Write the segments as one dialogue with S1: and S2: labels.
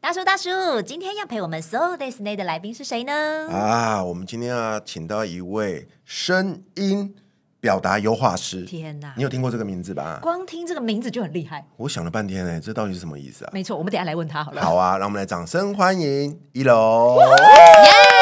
S1: 大叔，大叔，今天要陪我们 So This Day 的来宾是谁呢？
S2: 啊，我们今天啊，请到一位声音表达油画师。
S1: 天
S3: 啊
S1: 哪
S2: 你有听过这个名字吧？
S1: 光听这个名字就很厉害。
S2: 我想了半天、欸，哎，这到底是什么意思啊？
S1: 没错，我们等一下来问他好了。
S2: 好啊，让我们来掌声欢迎一楼。
S3: 耶、h e l l o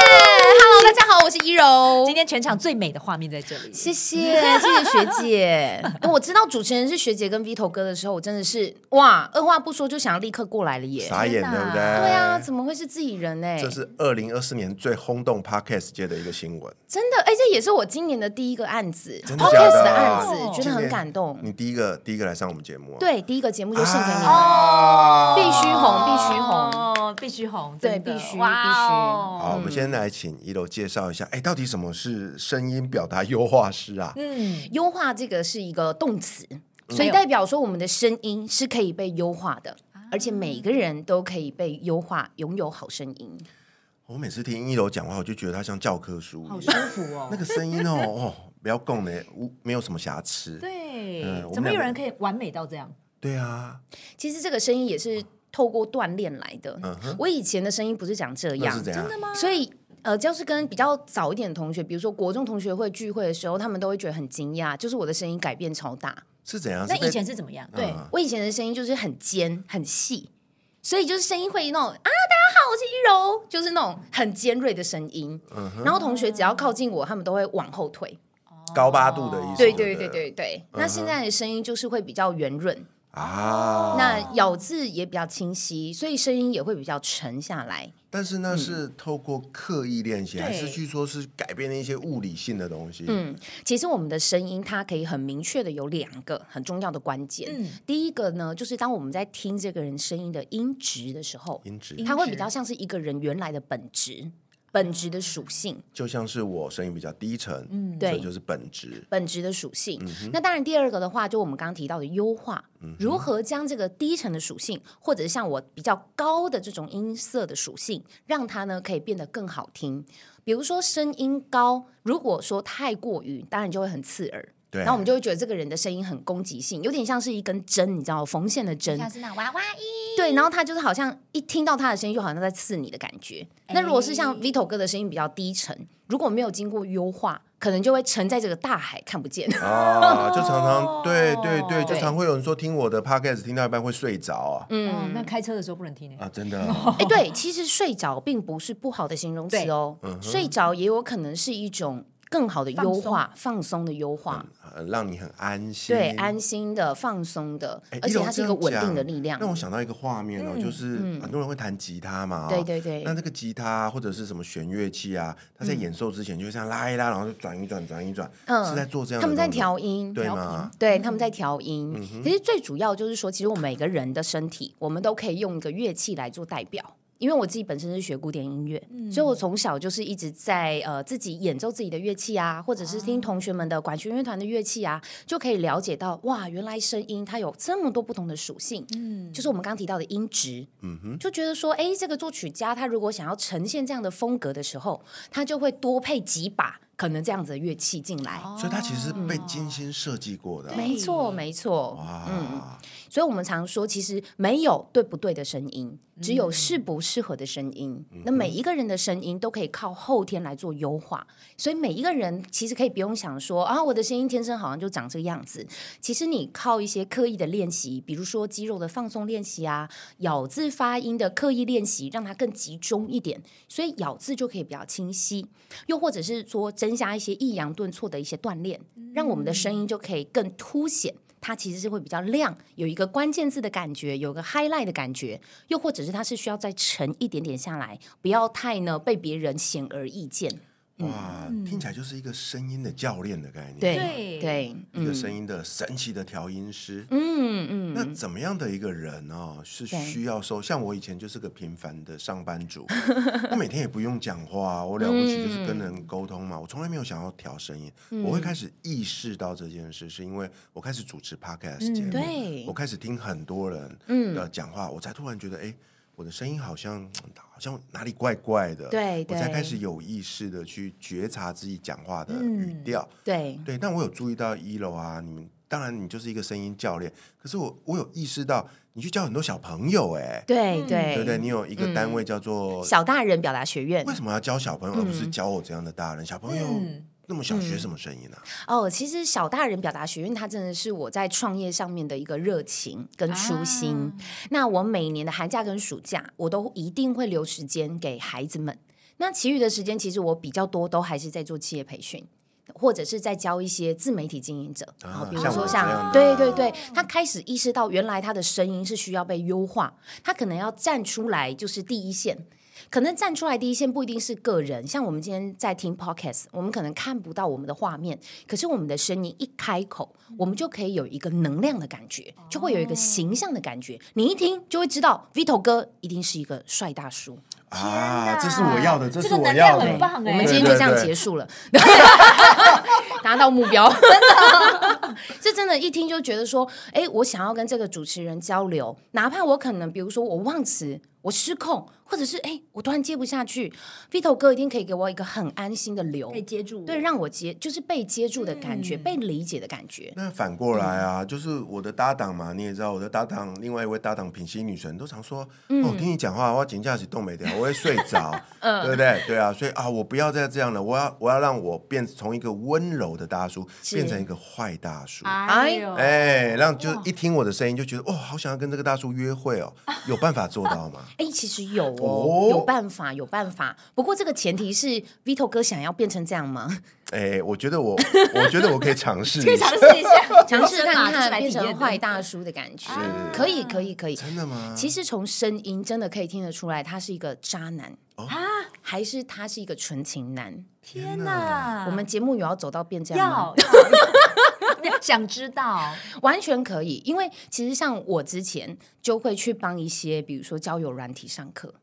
S3: 大家好，我是一柔
S1: 今。天全场最美的画面在这里。
S3: 谢谢，谢谢学 姐。哎我知道主持人是学姐跟 Vito 哥的时候，我真的是哇，二话不说就想立刻过来了耶。
S2: 傻眼，
S1: 天哪
S2: 对不对？
S3: 对啊，怎么会是自己人呢、
S2: 这是二零二四年最轰动 podcast 界的一个新闻，
S3: 真的，哎、这也是我今年的第一个案子
S2: 真的假的？
S3: ，podcast 的案
S1: 哦
S3: 子，觉得很感动
S2: 今。年你第一个第一个来上我们节目、啊，
S3: 对，第一个节目就
S2: 啊，
S3: 献给你们。
S2: 哦
S3: 必须红必须
S1: 红，必须红，
S3: 对
S1: 真的
S3: 必须
S1: 哦
S2: 好，我们先来请一楼介绍一下，哎，到底什么是声音表达优化师啊？
S1: 嗯，
S3: 优化这个是一个动词，所
S2: 嗯
S1: 哎
S3: 以
S1: 呦
S3: 代表说我们的声音是可以被优化的，而且每个人都可以被优化，拥有好声音。
S2: 我每次听一楼讲话，我就觉得他像教科书一
S1: 好
S2: 样
S1: 舒。服哦
S2: 那。个声音哦， 哦，不要供的，无没有什么瑕 疵。
S1: 对
S2: 嗯我，们
S1: 怎么
S2: 两
S1: 有
S2: 个
S1: 人可以完美到这样？
S2: 对啊，
S3: 其实这个声音也是透过锻炼来的。
S2: 嗯哼
S3: 我以前的声音不是长这
S2: 那是
S3: 样，
S2: 怎样？
S1: 吗
S3: 所以呃，就是跟比较早一点的同学，比如说国中同学会聚会的时候，他们都会觉得很惊讶，就是我的声音改变超大。
S2: 是怎样？
S1: 那
S2: 是被
S1: 以前是怎么样？对，
S2: 嗯
S3: 我以前的声音就是很尖很细，所以就是声音会那种啊，大家好，我是一柔，就是那种很尖锐的声音。
S2: 嗯哼
S3: 然后同学只要靠近我，他们都会往后退。
S2: 高八度的意思。
S3: 对
S2: 哦对
S3: 哦
S2: 嗯
S3: 对
S2: 不
S3: 对对对。那现在的声音就是会比较圆润，
S2: 啊。
S3: 那咬字也比较清晰，所以声音也会比较沉下来。
S2: 但是那是透过刻意练习，
S1: 对
S2: 还是据说是改变了一些物理性的东西？
S3: 嗯，其实我们的声音它可以很明确的有两个很重要的关键。
S1: 嗯
S3: 第一个呢，就是当我们在听这个人声音的音质的时候，
S2: 音质
S1: 音
S3: 它会比
S1: 质
S3: 较像是一个人原来的本质、本质的属性。
S2: 就像是我声音比较低沉，
S1: 嗯
S3: 对
S2: 所以就是本质。
S3: 本质的属性。那当然，第二个的话，就我们刚刚提到的优化，如何将这个低沉的属性，或者像我比较高的这种音色的属性，让它呢可以变得更好听。比如说声音高，如果说太过于，当然就会很刺耳。
S2: 对
S3: 然后我们就会觉得这个人的声音很攻击性，有点像是一根针，你知道缝线的针，
S1: 像是那娃娃音，
S3: 对，然后他就是好像一听到他的声音，就好像在刺你的感觉。那如果是像
S1: 哎
S3: Vito 哥的声音比较低沉，如果没有经过优化，可能就会沉在这个大海看不见。
S2: 啊，就常常对对对，就
S3: 对
S2: 常会有人说听我的 podcast 听到一半会睡着啊
S1: 哦
S3: 嗯，，
S1: 那开车的时候不能欸听呢。
S2: 啊，真的
S3: 哎、对，其实睡着并不是不好的形容词哦，
S2: 嗯
S3: 睡着也有可能是一种更好的优化、放松的优化，
S2: 很让你很安心，
S3: 对，安心的、放松的，
S2: 哎
S3: 而
S2: 一
S3: 且
S2: 楼
S3: 它是一
S2: 这
S3: 个
S2: 样
S3: 稳定的
S2: 讲
S3: 力量。
S2: 让我想到一个画面哦，就是很多人会弹吉他嘛、哦，
S3: 嗯对对对
S2: 那这个吉他或者是什么弦乐器啊，他在演奏之前就会这样拉一拉，然后就转一转，转一转，
S3: 嗯
S2: 是在做这样的
S3: 他们在
S2: 动作
S3: 调音，
S2: 对吗？
S3: 对，他们在调音。其实最主要就是说，其实我们每个人的身体，我们都可以用一个乐器来做代表。因为我自己本身是学古典音乐，所以我从小就是一直在呃自己演奏自己的乐器啊，或者是听同学们的管弦乐团的乐器啊，就可以了解到哇，原来声音它有这么多不同的属性。
S1: 嗯，
S3: 就是我们刚刚提到的音质，就觉得说，哎，这个作曲家他如果想要呈现这样的风格的时候，他就会多配几把可能这样子的乐器进来。
S2: 所以它其实是被精心设计过的啊、
S3: 哦没错，没错。嗯
S2: 哇、
S3: 所以我们常说，其实没有对不对的声音，只有适不适合的声音。
S2: 嗯
S3: 那每一个人的声音都可以靠后天来做优化，所以每一个人其实可以不用想说啊，我的声音天生好像就长这个样子。其实你靠一些刻意的练习，比如说肌肉的放松练习啊，咬字发音的刻意练习，让它更集中一点，所以咬字就可以比较清晰。又或者是说增加一些抑扬顿挫的一些锻炼，让我们的声音就可以更凸显。它其实是会比较亮，有一个关键字的感觉，有个 highlight 的感觉，又或者是它是需要再沉一点点下来，不要太呢被别人显而易见。
S2: 哇、听起来就是一个声音的教练的概念，啊
S1: 对
S3: 嗯对，
S2: 一个
S3: 嗯
S2: 声音的神奇的调音师。
S3: 嗯
S2: 那
S3: 嗯，
S2: 怎么样的一个人哦，是
S3: 对
S2: 需要收？像我以前就是个平凡的上班 族，我每天也不用讲话，啊我了不起就是跟
S3: 嗯
S2: 人沟通嘛。我从来没有想要调声音，我会开始意识到这件事，是因为我开始主持 podcast 节目，
S3: 嗯对
S2: 我开始听很多人
S3: 嗯
S2: 的讲话，我才突然觉得，哎，我的声音好像好像哪里怪怪的，
S3: 对
S2: 我才
S3: 对
S2: 开始有意识的去觉察自己讲话的语调。
S3: 对
S2: 嗯对，但我有注意到一楼啊，你们当然你就是一个声音教练，可是我我有意识到，你去教很多小朋友、哎，
S3: 对
S1: 嗯
S3: 对
S2: 对不对？你有一个单位叫做、
S3: 小大人表达学院
S2: 为什么要教小朋友，而不是教我这样的大人？小朋友
S1: 嗯
S2: 那么小学什么声音啊呢、
S3: 哦，其实小大人表达学院它真的是我在创业上面的一个热情跟初心。那我每年的寒假跟暑假，我都一定会留时间给孩子们。那其余的时间，其实我比较多都还是在做企业培训。或者是在教一些自媒体经营者，
S2: 啊
S3: 好，比如
S2: 像
S3: 说
S2: 我
S3: 像
S2: 这样的啊
S3: 对对对，他开始意识到原来他的声音是需要被优化，他可能要站出来，就是第一线。可能站出来第一线不一定是个人，像我们今天在听 podcast，我们可能看不到我们的画面，可是我们的声音一开口，我们就可以有一个能量的感觉，就会有一个形象的感觉。你一听就会知道，Vito 哥一定是一个帅大叔。
S2: 啊，
S1: 天哪
S2: 这是我要的，这
S1: 这
S2: 是
S1: 个
S2: 我
S1: 能
S2: 要
S1: 量
S2: 的。
S1: 很棒哎、
S3: 我们今天就
S2: 对
S3: 这样结束了， 达到目标， 真的，这真的，一听就觉得说，哎，我想要跟这个主持人交流，哪怕我可能，比如说我忘词，我失控，或者是哎，我突然接不下去，Vito 哥一定可以给我一个很安心的流
S1: 可，以接住我，
S3: 对，让我接，就是被接住的感觉，被理解的感觉，
S2: 那反过来
S1: 嗯
S2: 啊，就是我的搭档嘛，你也知道，我的搭档另外一位搭档品心女神都常说，
S1: 嗯
S2: 哦，听你讲话，我紧下起动没掉，我会睡 着，对不对？对啊，所以啊，我不要再这样了，我要我要让我变从一个温柔的大叔
S3: 是
S2: 变成一个坏大叔。
S3: 哎
S1: 哎呦，
S2: 哎，让就是一听我的声音就觉得，哦，好想要跟这个大叔约 会哦，有办法做到吗？
S3: 哎，其实有哦，
S2: 哦
S3: 有办法，有办法。不过这个前提是，Vito 哥想要变成这样吗？
S2: 哎，我觉得我，我觉得我可以尝试
S1: 可
S2: 一
S1: 以 尝
S2: 下，
S1: 试一下，
S3: 尝试
S1: 这是
S3: 看看
S1: 来
S3: 变
S1: 体验
S3: 成
S1: 的
S3: 坏大叔的感觉
S2: 是，
S3: 可以可以可以。
S2: 真的吗？
S3: 其实从声音真的可以听得出来，他是一个渣男，
S1: 啊！
S3: 还是他是一个纯情男？
S1: 天哪，
S3: 我们节目有要走到变这样吗？
S1: 啊要 要想知道，
S3: 完全可以，因为其实像我之前就会去帮一些，比如说交友软体上课，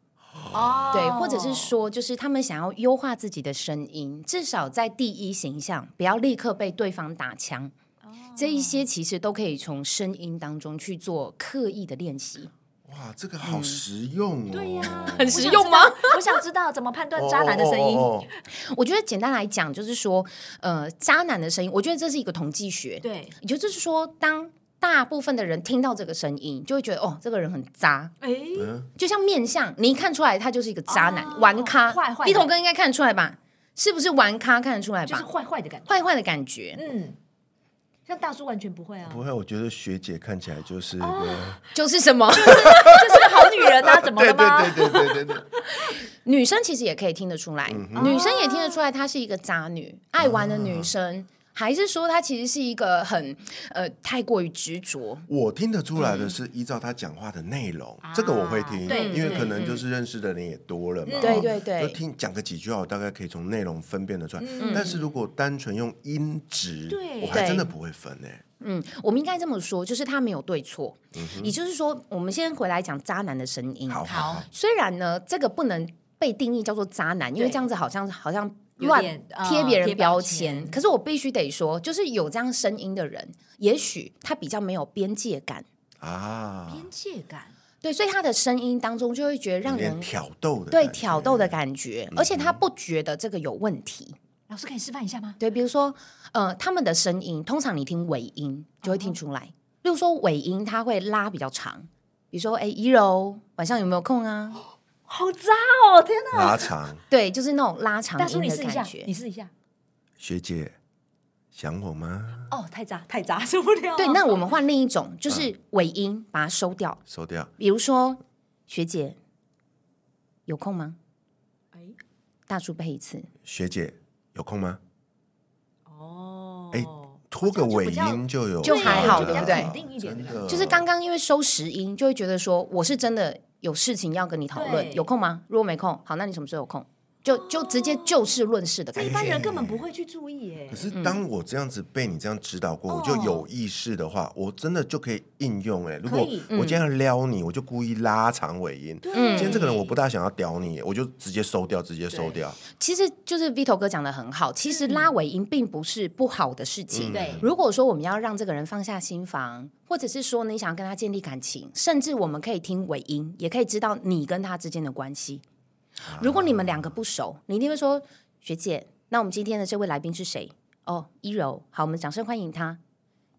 S1: 哦，
S3: 对，或者是说就是他们想要优化自己的声音，至少在第一形象不要立刻被对方打枪。
S1: 哦
S3: 这一些其实都可以从声音当中去做刻意的练习。
S2: 哇，这个好实用哦，
S1: 嗯对 呀，
S3: 很实用吗
S1: 我想知道？我想知道怎么判断
S2: 哦
S1: 渣男的声音。
S2: 哦哦哦
S3: 我觉得简单来讲，就是说，呃，渣男的声音，我觉得这是一个统计学，
S1: 对，
S3: 也就是说，当大部分的人听到这个声音，就会觉得哦，这个人很渣，
S1: 哎，
S2: 嗯，
S3: 就像面相，你一看出来他就是一个渣男、
S1: 哦
S3: 玩咖，
S1: 坏坏的
S3: 低头哥应该看得出来吧？是不是玩咖看得出来
S1: 就是
S3: 吧？
S1: 坏坏的感觉。
S3: 坏坏的感觉，
S1: 嗯，像大叔完全不会啊，
S2: 不会，我觉得学姐看起来就是一
S3: 哦
S2: 个。
S3: 就是什么？
S1: 就是个好女人啊，怎么
S2: 对
S1: 了吗？
S2: 对对对对对对，
S3: 女生其实也可以听得出来，女生也听得出来她是一个渣女，爱玩的女生，还是说她其实是一个很呃太过于执着？
S2: 我听得出
S3: 嗯
S2: 来的是依照他讲话的内容，
S3: 啊
S2: 这个我会听，
S1: 对
S2: 因为
S1: 对
S2: 可能就是认识的人也多了嘛，
S3: 嗯对对对嗯
S2: 就听讲个几句话，我大概可以从内容分辨得出来。但是如果单纯用音质，
S1: 对
S2: 我还
S3: 对
S2: 真的不会分欸诶。
S3: 嗯，我们应该这么说，就是他没有对错，也就是说，我们先回来讲渣男的声音。
S2: 好好好，
S3: 虽然呢，这个不能被定义叫做渣男，因为
S1: 对
S3: 这样子好像好像
S1: 有
S3: 乱
S1: 点呃
S3: 贴别人
S1: 贴
S3: 标
S1: 标
S3: 签。
S1: 签
S3: 可是我必须得说，就是有这样声音的人，也许他比较没有边界感，
S2: 啊，
S1: 边界感，
S3: 对，所以他的声音当中就会觉得
S2: 有
S3: 让
S2: 点
S3: 人
S2: 挑嗯逗的，
S3: 对挑逗的，感觉，而且他不觉得这个有问题。
S1: 老师可以示范一下吗？
S3: 对，比如说，呃，他们的声音，通常你听尾音就会听出来。
S1: 哦
S3: 例如说尾音，它会拉比较长。比如说，哎，怡柔，晚上有没有空啊？
S1: 好渣哦！天哪，
S2: 拉长。
S3: 对，就是那种拉长
S1: 大叔
S3: 音
S1: 你
S3: 的
S1: 试一下
S3: 感，觉
S1: 你。试一下。
S2: 学姐，想我吗？
S1: 哦，太渣，太渣，受不了。
S3: 对，那我们换另一种，就是尾音把它收掉。
S2: 收掉。
S3: 比如说，学姐有空吗？
S1: 哎，
S3: 大叔背一次。
S2: 学姐有空吗？
S1: 哦，
S2: 哎拖个尾
S1: 好像
S2: 音就有，
S3: 就还好
S2: 对
S3: 对不对
S1: 肯定一点的感觉
S2: 真的
S3: 就是刚刚因为收拾音，就会觉得说我是真的有事情要跟你讨论，
S1: 对哦
S3: 有空吗？如果没空，好，那你什么时候有空？就就直接就事论事的
S1: 这
S3: 感
S1: 一
S3: 觉。
S1: 般人根本不会去注意耶
S2: 可。是
S3: 嗯
S2: 当我这样子被你这样指导过，我就有意识的话，我真的就可以应用哎、如果
S1: 可以
S2: 我今天要撩你，我就故意拉长尾音。
S1: 对，
S3: 嗯
S2: 今天这个人我不大想要屌你，我就直接收掉，直接收掉。
S3: 其实就是 Vito 哥讲的很好，其实拉尾音并不是不好的事情。
S1: 嗯对
S3: 如果说我们要让这个人放下心房，或者是说你想要跟他建立感情，甚至我们可以听尾音，也可以知道你跟他之间的关系。如果你们两个不熟，你一定会说学姐，那我们今天的这位来宾是谁？哦，一柔，好，我们掌声欢迎他。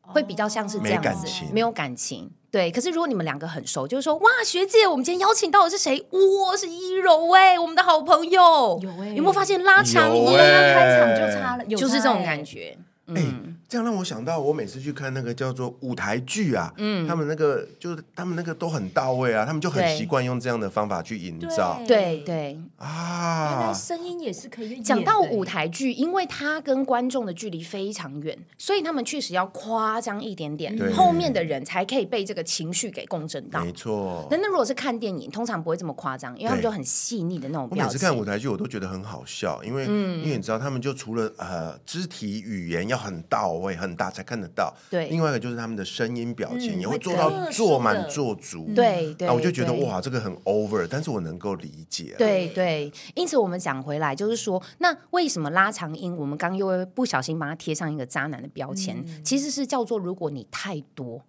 S3: 会比较像是这样
S2: 没感
S3: 子
S2: 情，
S3: 没有感情。对，可是如果你们两个很熟，就是说，哇，学姐，我们今天邀请到的是谁？哇，是一柔哎、我们的好朋友。
S1: 有欸
S3: 有没有发现拉长
S2: 有
S3: 音啊
S1: 刚
S2: 欸
S1: 刚开场就差了，有
S3: 就是
S1: 差
S3: 这种
S1: 欸
S3: 感。觉。
S2: 哎、这样让我想到，我每次去看那个叫做舞台剧啊，嗯，他们那个就是他们那个都很到位啊，他们就很
S3: 对
S2: 习惯用这样的方法去营造
S3: 对对，
S1: 原来
S2: 啊。
S1: 声音也是可以演的
S3: 讲到舞，台剧，因为它跟观众的距离非常远，所以他们确实要夸张一点点
S2: 对，
S3: 后面的人才可以被这个情绪给共振到
S2: 没。错
S3: 那，那如果是看电影，通常不会这么夸张，因为他们
S2: 对
S3: 就很细腻的那种
S2: 我每
S3: 表
S2: 次看
S3: 情
S2: 舞。台剧，我都觉得很好笑，因为、因为你知道，他们就除了呃肢体语言要很到位、很大才看得到，
S3: 对
S2: 另外一个就是他们的声音表情
S1: 嗯
S2: 也会
S1: 会
S2: 做
S1: 特
S2: 到
S1: 殊
S2: 做
S1: 的
S2: 满做足，
S3: 对对，
S2: 啊，我就觉得
S3: 对
S2: 哇，这个很 over，但是我能够理解啊，
S3: 对对，因此我们讲回来，就是说，那为什么拉长音？我们刚又会不小心把它贴上一个渣男的标签，
S2: 嗯
S3: 其实是叫做如果你太多，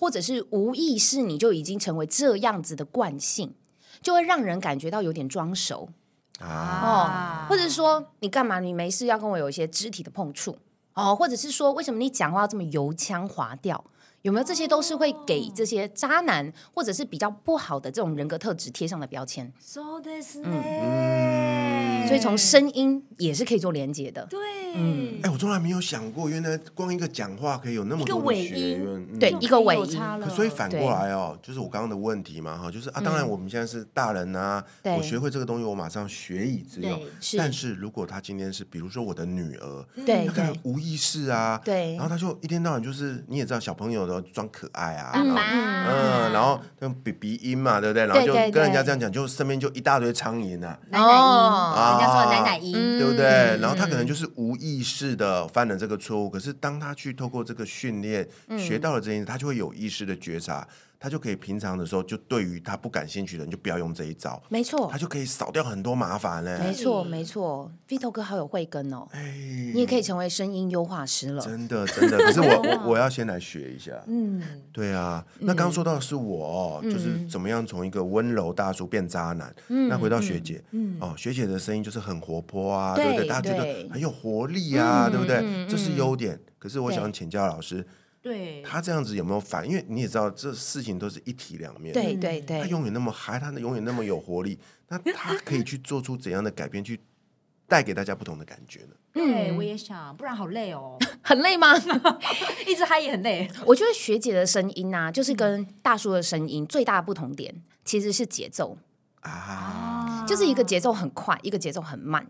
S3: 或者是无意识，你就已经成为这样子的惯性，就会让人感觉到有点装熟
S2: 啊，
S3: 哦，或者说你干嘛？你没事要跟我有一些肢体的碰触哦，或者是说为什么你讲话要这么油腔滑调？有没有这些都是会给这些渣男或者是比较不好的这种人格特质贴上的标签？
S1: so this
S2: 嗯
S3: 所以从声音也是可以做连接的。
S1: 对，
S2: 哎，我从来没有想过，原来光一个讲话可以有那么
S1: 一个
S2: 多的
S1: 尾
S2: 学
S1: 音
S2: 院，嗯
S3: 对
S1: 就
S3: 哎一个
S1: 可以
S3: 尾
S1: 有
S3: 音
S1: 差了
S2: 可所以反
S3: 对
S2: 过来哦，就是我刚刚的问题嘛，哈，就是啊，当然我们现在是大人啊，
S3: 对
S2: 我学会这个东西，我马上学以致用
S1: 对。
S3: 是嗯
S2: 但是如果她今天是，比如说我的女儿，
S3: 对
S2: 她可能
S3: 对
S2: 无意识啊，
S3: 对
S2: 然后她就一天到晚就是，你也知道小朋友都装可爱啊，
S1: 干
S2: 然后
S1: 嘛？
S2: 嗯，然后用鼻鼻音嘛，对不对？然后
S3: 对
S2: 就
S3: 对
S2: 跟人
S3: 对嗯
S2: 家这样讲，就身边就一大堆苍蝇啊，
S1: 奶奶音，
S3: 哦
S1: 人家说的奶奶音，
S2: 对不对？然后他可能就是无意识的犯了这个错误，可是当他去透过这个训练、
S3: 嗯
S2: 学到了这件事，他就会有意识的觉察，他就可以平常的时候就对于他不感兴趣的人就不要用这一招，
S3: 没错
S2: 他，就可以少掉很多麻烦呢、
S3: 没错，没错。Vito 哥好有慧根哦，
S2: 哎
S3: 你也可以成为声音优化师了。
S2: 真的真的，可是我 我我要先来学一下。
S1: 嗯，
S2: 对啊，那刚刚说到的是我哦，就是
S3: 嗯
S2: 怎么样从一个温柔大叔变渣男。那回到学姐，哦，学姐的声音就是很活泼啊，
S3: 嗯对
S2: 对不对？大家觉
S3: 对
S2: 得很有活力啊，
S3: 嗯
S2: 对不
S3: 嗯
S2: 对
S3: 嗯？
S2: 这是优点。可是我
S3: 对
S2: 想请教老师，
S1: 对，
S2: 他这样子有没有反？因为你也知道，这事情都是一体两面。
S3: 嗯对对对
S2: 他，永远那么嗨，他永远那么有活力，那他可以去做出怎样的改变，去带给大家不同的感觉呢？
S3: 嗯
S1: 对，我也想，不然好累哦，
S3: 很累吗？
S1: 一直嗨也很累。
S3: 我觉得学姐的声音啊，就是跟大叔的声音最大的不同点，其实是节奏，
S2: 啊，
S3: 就是一个节奏很快，一个节奏很慢。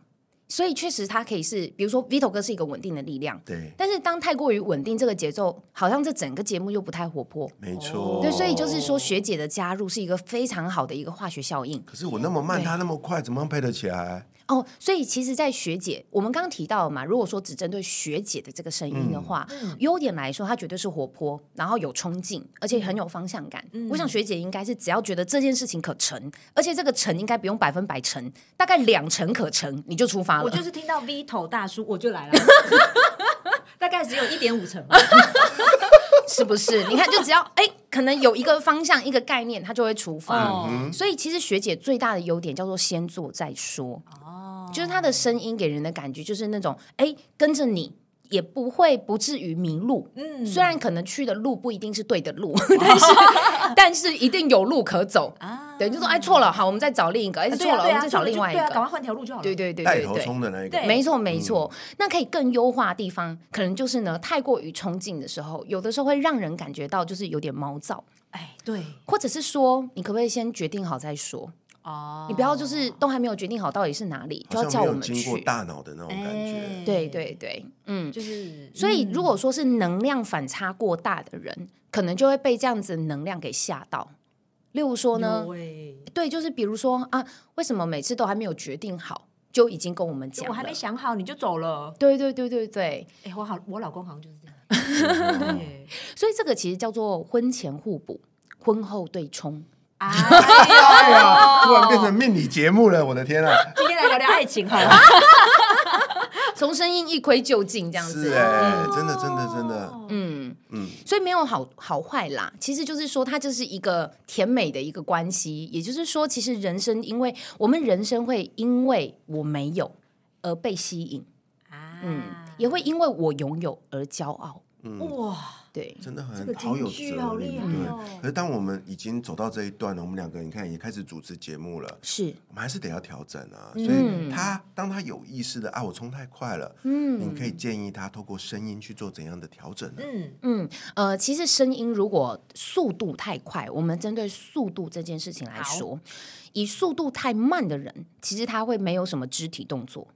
S3: 所以确实，它可以是，比如说 Vito 哥是一个稳定的力量，
S2: 对，
S3: 但是当太过于稳定这个节奏，好像这整个节目又不太活泼。
S2: 没错。
S3: 对，所以就是说，学姐的加入是一个非常好的一个化学效应。
S2: 可是我那么慢，
S3: 对
S2: 他那么快，怎么样配得起来？
S3: 哦，所以其实，在学姐，我们刚刚提到嘛，如果说只针对学姐的这个声音的话，优点来说，她绝对是活泼，然后有冲劲，而且很有方向感。我想学姐应该是只要觉得这件事情可成，而且这个成应该不用百分百成，大概两成可成，你就出发
S1: 我
S3: 了
S1: 就。是听到 V 头大叔，我就 来了，大概只有一点五成吧。
S3: 是不是？你看，就只要哎、可能有一个方向、一个概念，它就会出
S2: 嗯
S3: 发。
S1: 哦
S3: 所以其实学姐最大的优点叫做先做再说，
S1: 哦，
S3: 就是她的声音给人的感觉就是那种哎、跟着你。也不会不至于迷路，嗯，虽然可能去的路不一定是对的 路，但是但是一定有路可走
S1: 啊
S3: 对，就说哎错了，好，我们再找另一个，哎
S1: 啊
S3: 错了，我
S1: 对
S3: 们
S1: 啊，
S3: 再找另外一
S1: 对啊，赶
S3: 个，
S1: 快换条路就好了。
S3: 对对对
S2: 带
S3: 对
S2: 头
S3: 对，
S2: 冲的那一个。
S1: 对
S3: 没错没错。
S2: 嗯
S3: 那可以更优化的地方，可能就是呢，太过于冲劲的时候，有的时候会让人感觉到就是有点毛躁，
S1: 哎，对，
S3: 或者是说，你可不可以先决定好再说？
S1: 哦，
S3: 你不要就是都还没有决定好到底是哪里，就
S2: 好
S3: 要叫
S2: 像没
S3: 我
S2: 有
S3: 们
S2: 经过
S3: 去。
S2: 大脑的那种感觉。
S1: 哎
S3: 对对对，嗯，
S1: 就是，
S3: 所以如果说是能量反差过大的人，可能就会被这样子的能量给吓到。例如说呢
S1: 有，欸
S3: 对，就是比如说啊，为什么每次都还没有决定好，就已经跟我们
S1: 就
S3: 讲
S1: 欸我还
S3: 了
S1: 没？想好你就走了。
S3: 对对对对对，
S1: 哎，我好，我老公好像就是这样。对
S3: 所以这个其实叫做婚前互补，婚后对冲。
S2: 哦
S1: 啊，
S2: 哎呀，突然变 成命理节目了，我的天啊！
S1: 今天来聊聊爱情好了。
S2: 哎
S3: 从声音一窥究竟，这样子。
S2: 是哎，
S1: 哦
S2: 真的真的真的，
S3: 嗯
S2: 嗯，
S3: 所以没有好好坏啦，其实就是说，它就是一个甜美的一个关系。也就是说，其实人生，因为我们人生会因为我没有而被吸引，
S1: 啊，
S3: 嗯，也会因为我拥有而骄傲。
S1: 哇，
S3: 对，
S2: 真的
S1: 这个
S2: 很
S1: 金
S2: 好有
S1: 句
S2: 哲
S1: 好
S2: 理，
S1: 厉害哦
S2: 对。可是当我们已经走到这一段了，我们两个你看也开始主持节目了，
S3: 是
S2: 我们还是得要调整啊。
S1: 嗯
S2: 所以他当他有意识的啊，我冲太快了，嗯，你可以建议他透过声音去做怎样的调整啊呢？
S1: 嗯，
S3: 嗯，呃，其实声音如果速度太快，我们针对速度这件事情来
S1: 好
S3: 说，以速度太慢的人，其实他会没有什么肢体动作，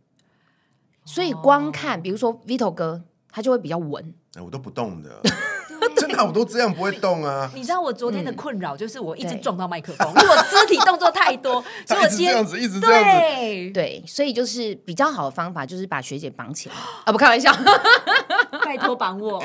S3: 所以光看，比如说 Vito 哥，他就会比较稳。
S2: 哎，我都不 动的， 真的啊我都这样不会动啊。
S1: 你知道我昨天的困扰就是我一直
S2: 嗯
S3: 对
S1: 撞到麦克风，因为我肢体动作太 多，所以
S2: 他
S1: 我
S2: 一直
S1: 今
S2: 这样
S1: 天
S2: 子，一直这样子，
S1: 对，
S3: 对，所以就是比较好的方法就是把学姐绑起来啊，不开玩笑，
S1: 拜托绑我。
S2: 哦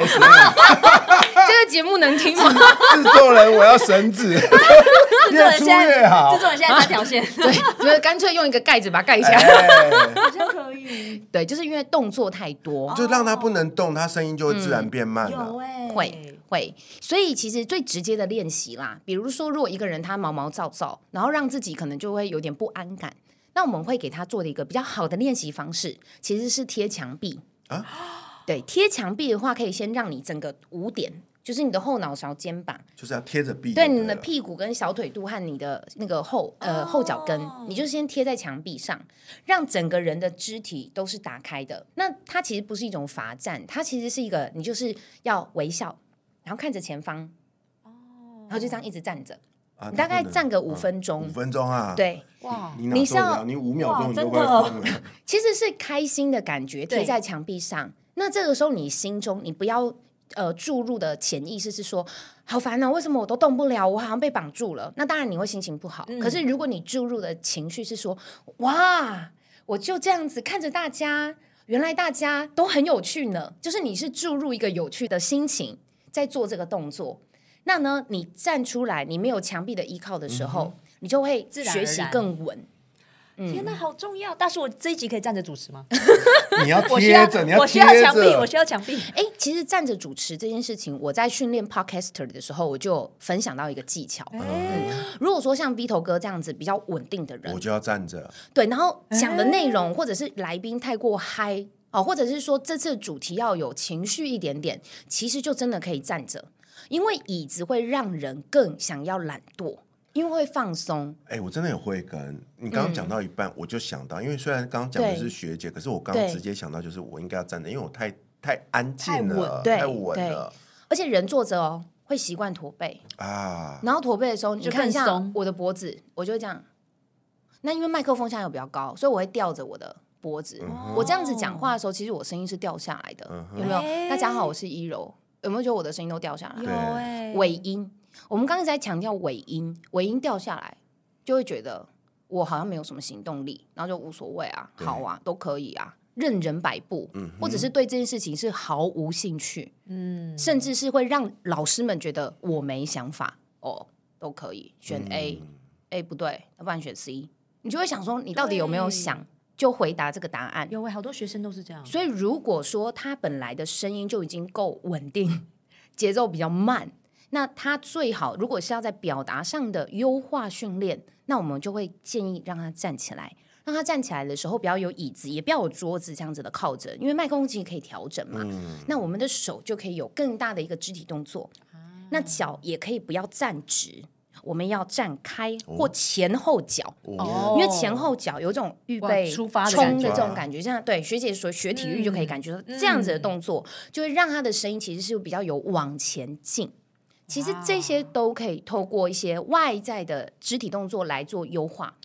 S3: 这个节目能听吗？
S2: 制作人，我要绳子，
S1: 制作
S2: 越
S1: 人现
S2: 粗
S1: 在，
S2: 越好
S1: 制。作人现在三条线，
S3: 对，就是干脆用一个盖子把它盖起来。
S2: 哎
S1: 好像可以。
S3: 对，就是因为动作太多，
S2: 就让他不能动，他声音就会自然变慢
S1: 有
S2: 了。
S1: 哎，
S3: 会会，所以其实最直接的练习啦，比如说，如果一个人他毛毛躁躁，然后让自己可能就会有点不安感，那我们会给他做的一个比较好的练习方式，其实是贴墙壁
S2: 啊
S3: 对，贴墙壁的话，可以先让你整个五点，就是你的后脑勺、肩膀，
S2: 就是要贴着壁就
S3: 对
S2: 对了，
S3: 你的屁股跟小腿肚和你的那个后呃、后脚跟
S1: 哦，
S3: 你就先贴在墙壁上，让整个人的肢体都是打开的。那它其实不是一种罚站，它其实是一个你就是要微笑，然后看着前方，然后就这样一直站着，
S2: 啊，
S3: 你大概
S2: 他不能
S3: 站个五
S2: 啊
S3: 分钟
S2: 五分钟啊，，
S3: 对，
S1: 哇，
S2: 你哪
S3: 你
S2: 受得
S3: 像
S2: 了？你五秒钟
S1: 哇
S2: 你都
S1: 真
S2: 快
S1: 的
S2: 疯了，
S3: 其实是开心的感觉
S1: 对
S3: 贴在墙壁上。那这个时候，你心中你不要呃注入的潜意识是说，好烦哦，为什么我都动不了？我好像被绑住了。那当然你会心情不好。
S1: 嗯
S3: 可是如果你注入的情绪是说，哇，我就这样子看着大家，原来大家都很有趣呢。就是你是注入一个有趣的心情在做这个动作。那呢，你站出来，你没有墙壁的依靠的时候，你就会
S1: 嗯自然而
S3: 学习
S1: 然
S3: 更稳。
S1: 天哪，好重要！大叔，我这一集可以站着主持吗？
S2: 你要
S1: 我需要
S2: 贴着，你，要
S1: 我需要
S2: 贴
S1: 墙壁，我
S2: 着，
S1: 需要墙壁。
S3: 哎，其实站着主持这件事情，我在训练 podcaster 的时候，我就有分享到一个技巧。
S1: 哎
S3: 如果说像 Vito 哥这样子比较稳定的
S2: 嗯我
S3: 人，
S2: 就要站着。
S3: 对，然后讲的内容或者是来宾太过嗨哦，或者是说这次主题要有情绪一点点，其实就真的可以站着，因为椅子会让人更想要懒惰，因为会放松。
S2: 哎，我真的有慧根。你刚刚讲到一半，我就想到，因为虽然刚刚讲的
S3: 对
S2: 是学姐，可是我刚刚
S3: 对
S2: 直接想到就是我应该要站着，因为我太太安
S1: 太
S2: 静
S1: 稳
S2: 了，
S3: 对
S2: 太稳
S3: 对
S2: 了
S3: 而且人坐着哦，会习惯驼背，
S2: 啊。
S3: 然后驼背的时候，你
S1: 就
S3: 看
S1: 更
S3: 一下
S1: 松
S3: 我的脖子，我就会这样。那因为麦克风现在有比较高，所以我会吊着我的脖子。我这样子讲话的时候，其实我声音是掉下来的，
S2: 嗯嗯哼
S3: 有没有
S1: 哎？
S3: 大家好，我是一柔，有没有觉得我的声音都掉下来
S1: 有
S3: 了？
S2: 对
S1: 哎，
S3: 尾音，我们刚才在强调尾音，尾音掉下来就会觉得我好像没有什么行动力，然后就无所谓啊，
S2: 对
S3: 好啊，都可以啊，任人摆布，
S2: 嗯哼
S3: 或者是对这件事情是毫无兴趣，
S1: 嗯，
S3: 甚至是会让老师们觉得我没想法哦，都可以选
S2: 嗯
S3: A，A、A 不对，要不然选 C，你就会想说你到底有没有想就回答这个答案。
S1: 有哎，好多学生都是这样。
S3: 所以如果说他本来的声音就已经够稳定， 节奏比较慢，那他最好如果是要在表达上的优化训练，那我们就会建议让他站起来。让他站起来的时候，不要有椅子，也不要有桌子这样子的靠着，因为麦克风其实可以调整嘛。
S2: 嗯
S3: 那我们的手就可以有更大的一个肢体动作，
S1: 啊
S3: 那脚也可以不要站直，我们要站开或前后脚。
S1: 哦
S3: 因为前后脚有一种预
S1: 哇
S3: 备
S1: 出发的
S3: 冲
S1: 感嗯觉
S3: 这种感觉，像对学姐说学体育就可以感觉到这样子的动作，就会让她的声音其实是比较有往前进。其实这些都可以透过一些外在的肢体动作来做优化。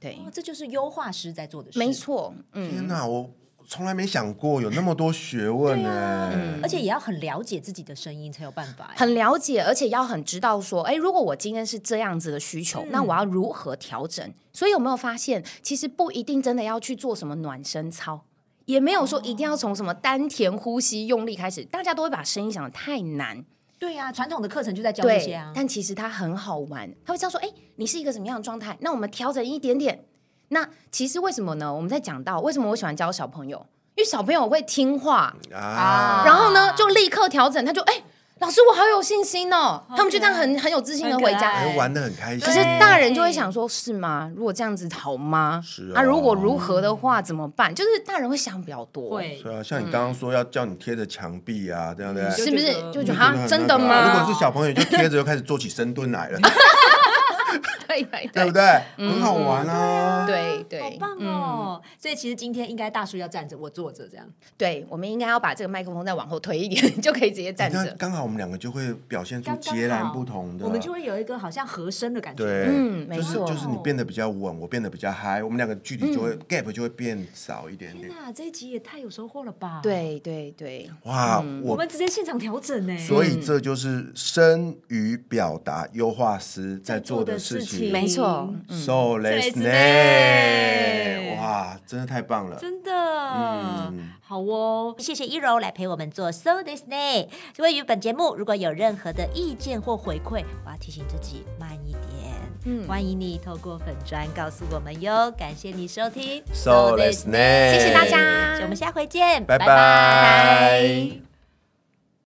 S3: 对，
S1: 哦这就是优化师在做的事，
S3: 没。错，嗯，
S2: 天哪，我从来没想过有那么多学问
S3: 啊嗯
S2: 呢。
S1: 而且也要很了解自己的声音才有办法。欸
S3: 很了解，而且要很知道说，哎，如果我今天是这样子的需求，那我要如何调整？所以有没有发现，其实不一定真的要去做什么暖身操。也没有说一定要从什么丹田呼吸用力开始，大家都会把声音想的太难，
S1: 对呀，传统的课程就在教这些
S3: 对
S1: 啊。。
S3: 但其实它很好玩，他会这样说：“哎，你是一个什么样的状态？那我们调整一点点。”那其实为什么呢？我们在讲到为什么我喜欢教小朋友，因为小朋友会听话，
S2: 啊，
S3: 然后呢就立刻调整，他就哎。老师我好有信心哦，他们就这样很很有自信的
S1: 很
S3: 回
S1: 可
S3: 家
S1: 爱。
S2: 还玩的很开心。
S3: 可是大人就会想说，是吗？如果这样子好吗？
S2: 是
S3: 啊，
S2: 啊
S3: 如果如何的话怎么办？就是大人会想比较多，
S1: 会
S2: 对啊，像你刚刚说要叫你贴着墙壁啊，这样的。
S3: 是不是？嗯就
S1: 就觉
S3: 觉
S1: 得
S3: 得哈，真的
S2: 啊如
S3: 吗？
S2: 果是小朋友，就贴着就开始做起深蹲来了，
S3: 对对
S2: 对不
S3: 对
S2: 对？
S3: 嗯
S2: 很好玩啊。
S3: 对对，
S1: 好棒哦！所以其实今天应该大叔要站着，我坐着这样。
S3: 对，我们应该要把这个麦克风再往后推一点， 就可以直接啊站
S2: 你看，
S3: 着。
S2: 刚好我们两个就会表现出
S1: 刚刚好
S2: 截然不同的，
S1: 我们就会有一个好像和声的感觉。
S2: 对，
S3: 嗯没
S2: 就是
S3: 错嗯
S2: 就是你变得比较稳，我变得比较嗨，我们两个距离就会 gap 就会变少一点
S1: 天
S2: 点。
S1: 哪，这一集也太有收获了吧！，
S3: 对对对，
S2: 哇，
S3: 嗯
S1: 我
S2: 我
S1: 们直接现场调整呢。欸
S2: 所以这就是声语表达优化师在做的事情。
S3: 没错，
S2: So let's
S1: Let's
S2: name，
S1: name
S2: 哇，真的太棒了。
S1: 真的、好哦。
S4: 谢谢一柔来陪我们做 So This Day。关于本节目，如果有任何的意见或回馈，我要提醒自己慢一点。
S3: 嗯
S4: 欢迎你透过粉砖告诉我们哟。感谢你收听
S2: So let's name，
S3: 谢谢大家
S4: 我们下回见，
S2: 拜拜。